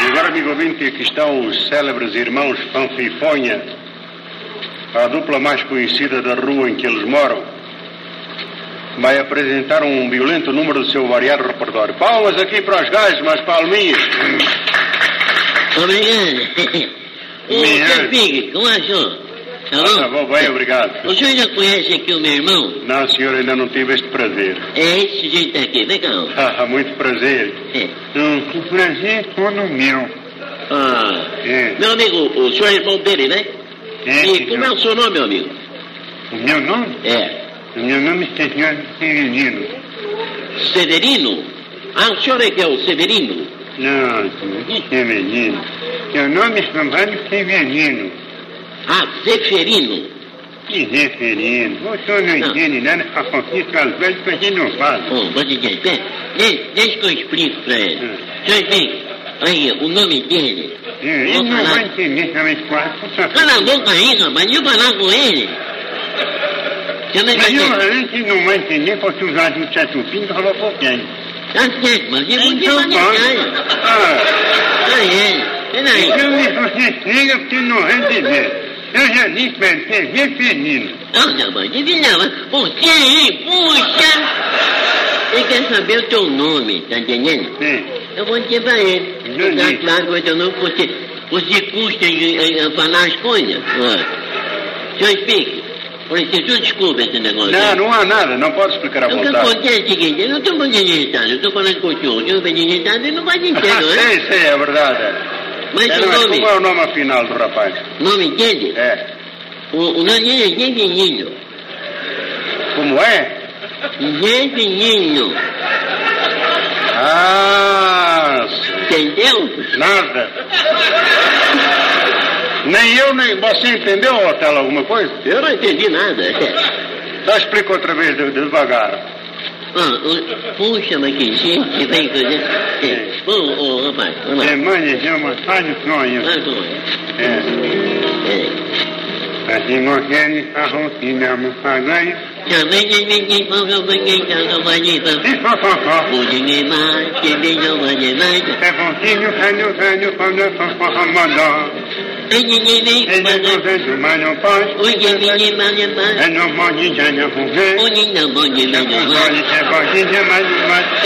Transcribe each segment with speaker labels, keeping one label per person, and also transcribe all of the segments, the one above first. Speaker 1: E agora, amigo ouvinte, aqui estão os célebres irmãos Panfifonha, a dupla mais conhecida da rua em que eles moram. Vai apresentar um violento número do seu variado repertório. Palmas aqui para os gajos, mas palminhas. "É,
Speaker 2: Obrigado. Ô,
Speaker 1: Minha-
Speaker 2: seu Pig, como é, senhor? Tá
Speaker 1: Ah, tá
Speaker 2: bom?
Speaker 1: bom, bem, obrigado.
Speaker 2: O senhor já conhece aqui o meu irmão?
Speaker 1: Não, senhor, ainda não tive este prazer.
Speaker 2: É esse jeito aqui, vem cá. ó.
Speaker 1: Ah, muito prazer.
Speaker 2: É.
Speaker 1: Hum, o prazer é todo meu.
Speaker 2: Ah,
Speaker 1: É,
Speaker 2: meu amigo, o senhor é irmão dele, né?
Speaker 1: é,
Speaker 2: E como é
Speaker 1: senhor.
Speaker 2: o seu nome, meu amigo?
Speaker 1: O meu nome?
Speaker 2: É.
Speaker 1: O meu nome é Senhor Severino.
Speaker 2: Severino? Ah, o senhor é que é o Severino?
Speaker 1: Não, senhor Severino. Meu nome é Antônio Severino.
Speaker 2: Ah, Zeferino.
Speaker 1: Que referendo? Você não entende nada, a né, conquista aos velhos pra quem não fala.
Speaker 2: Bom, vou dizer, pera, deixa, deixa que eu explico pra ele.
Speaker 1: Hum.
Speaker 2: Senhor Pig, aí, o nome dele.
Speaker 1: É, Ele
Speaker 2: Vou
Speaker 1: não
Speaker 2: falar.
Speaker 1: vai entender também quase por sua
Speaker 2: Cala a boca aí, rapaz, deixa eu falar com ele. Você não
Speaker 1: Mas eu
Speaker 2: entendeu?
Speaker 1: acho que não vai entender porque os olhos do Tchatupim falou pouquinho.
Speaker 2: Tá certo, mas é muito
Speaker 1: Então,
Speaker 2: maneiro.
Speaker 1: Ah,
Speaker 2: Tá é. Peraí.
Speaker 1: então você chega porque não vai entender. Eu já disse pra ele, você é referendo.
Speaker 2: Nossa, mas adivinhava. Você aí, puxa! Ele quer saber o teu nome, tá entendendo?
Speaker 1: É,
Speaker 2: Eu vou dizer pra ele.
Speaker 1: Entendi.
Speaker 2: Tá claro que o teu nome você, você custa em, em- em falar as coisas. Ó. Seu Spique, por isso, tu desculpa esse negócio.
Speaker 1: Não, não há nada, não posso explicar à
Speaker 2: O que
Speaker 1: vontade.
Speaker 2: acontece é o seguinte, eu não estou muito digitado, eu estou falando com o senhor. O senhor vem digitado e não
Speaker 1: Ah,
Speaker 2: vai entender, né?
Speaker 1: sei, sei, é verdade.
Speaker 2: Mas
Speaker 1: É,
Speaker 2: o
Speaker 1: mas
Speaker 2: nome,
Speaker 1: como é o nome afinal do rapaz?
Speaker 2: nome entende?
Speaker 1: É,
Speaker 2: O, o nome dele é Zeferino.
Speaker 1: como é?
Speaker 2: Zeferino,
Speaker 1: Ah,
Speaker 2: entendeu?
Speaker 1: nada. Nem eu, nem você entendeu, Otelo, alguma coisa?
Speaker 2: Eu não entendi nada.
Speaker 1: Dá explica outra vez de- devagar.
Speaker 2: Ah, o- puxa, mas que gente vem fazer. É. Bom, ô, rapaz, vamos lá.
Speaker 1: É, mãe, chama, faz o sonho.
Speaker 2: Vai, vai.
Speaker 1: É.
Speaker 2: É.
Speaker 1: Assim, você a rotina, me pagai.
Speaker 2: Também tem ninguém com o banheiro, não vai nem
Speaker 1: E fofofó.
Speaker 2: O dinheiro mais, que vem não vai nem mais.
Speaker 1: É pontinho, velho, velho, quando eu sou forramador.
Speaker 2: Tem ninguém nem
Speaker 1: Ele é
Speaker 2: com
Speaker 1: governo, mas não pode.
Speaker 2: o dinheiro mais, nem
Speaker 1: É
Speaker 2: mais.
Speaker 1: não pode, já não convém.
Speaker 2: O dinheiro não vai nem
Speaker 1: É
Speaker 2: mais.
Speaker 1: bonzinho, é bonzinho, mas não pode. Agora,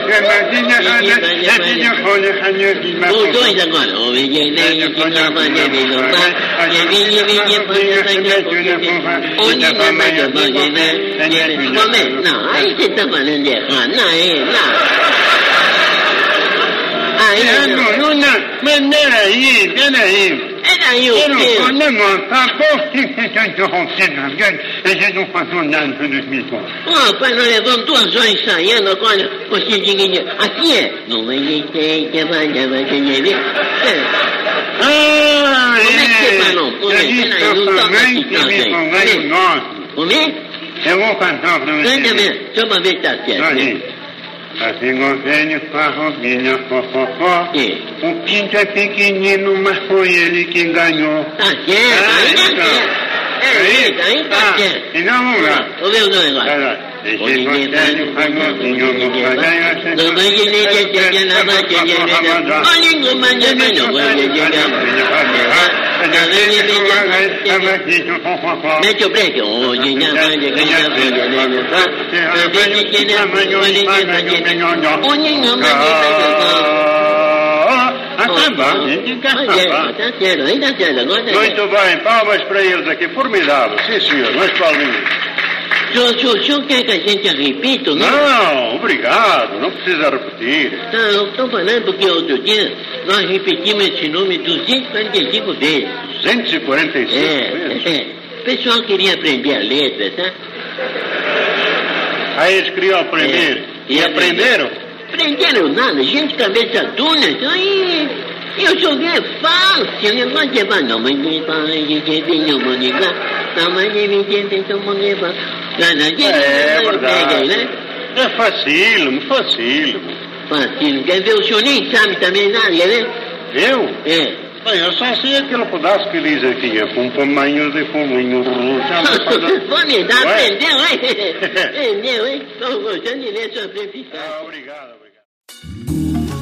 Speaker 1: o que é bonzinho, olha, é telefone, rádio, de uma
Speaker 2: Os dois agora. O dinheiro nem que não vai nem mais. Que vem nem ninguém com o banheiro. O dinheiro mais, não vai nem mais. Momento, não. Aí você está falando de errado. Não, aí, não. Aí, não.
Speaker 1: Peraí, peraí.
Speaker 2: Era aí o
Speaker 1: Eu não vou
Speaker 2: quê?
Speaker 1: levantar, por que você está interrompendo a gente? A gente não faz nada pelos micros.
Speaker 2: Ó, pai, nós levamos duas horas ensaiando agora. Você dinheiro. Assim é. Não vai nem ter, que vai, vai, vai,
Speaker 1: Ah, é. Eu também tive convém o nosso.
Speaker 2: Comer?
Speaker 1: Eu vou cantar pra
Speaker 2: Canta
Speaker 1: você.
Speaker 2: mesmo. Deixa eu pra ver se tá certo.
Speaker 1: Olha,
Speaker 2: né?
Speaker 1: assim governo com a roupinha, fofofó.
Speaker 2: É.
Speaker 1: O pinto é pequenino, mas foi ele que ganhou.
Speaker 2: Tá certo, aí tá
Speaker 1: então.
Speaker 2: certo. É isso, aí tá
Speaker 1: Ah,
Speaker 2: certo.
Speaker 1: Então vamos lá.
Speaker 2: Ô meu
Speaker 1: Vai
Speaker 2: Deus, agora.
Speaker 1: lá. Esse conselho foi mocinho no cadeia, você não tem que fazer essa boca pra mandar. Ele não sabe fazer, ele não sabe fazer.
Speaker 2: Mete o break, onde na mãe ganha velho, né? Eu vejo que na mãe eu vejo que na mãe Onde na mãe Tá certo, ainda certo, agora
Speaker 1: Muito bem, palmas para eles aqui, formidável. Sim, senhor, mas palminhas.
Speaker 2: O senhor, o senhor quer que a gente repita, não?
Speaker 1: Não, obrigado, não precisa repetir.
Speaker 2: Tá, eu estou falando porque outro dia nós repetimos esse nome 245 vezes.
Speaker 1: 245
Speaker 2: É,
Speaker 1: vezes.
Speaker 2: é. O pessoal queria aprender a letra, tá?
Speaker 1: Aí eles queriam aprender.
Speaker 2: É.
Speaker 1: E aprenderam?
Speaker 2: Aprenderam nada, gente cabeça dura, então aí. Eu joguei é fácil, o negócio é pra não me limpar, gente, tem não vou ligar, não me limpar, tem não então, vou ligar.
Speaker 1: É, verdade.
Speaker 2: né?
Speaker 1: É facílimo, facílimo.
Speaker 2: Fácil, assim, quer ver? O senhor nem sabe também nada, quer ver?
Speaker 1: Eu?
Speaker 2: É.
Speaker 1: Bem, eu só sei aquele pedaço que diz aqui, é com tamanho de fuminho roxo.
Speaker 2: Vamos dar,
Speaker 1: Ué?
Speaker 2: aprendeu, hein? Aprendeu, hein? Estou gostando de ler sua previsão.
Speaker 1: Obrigado, obrigado.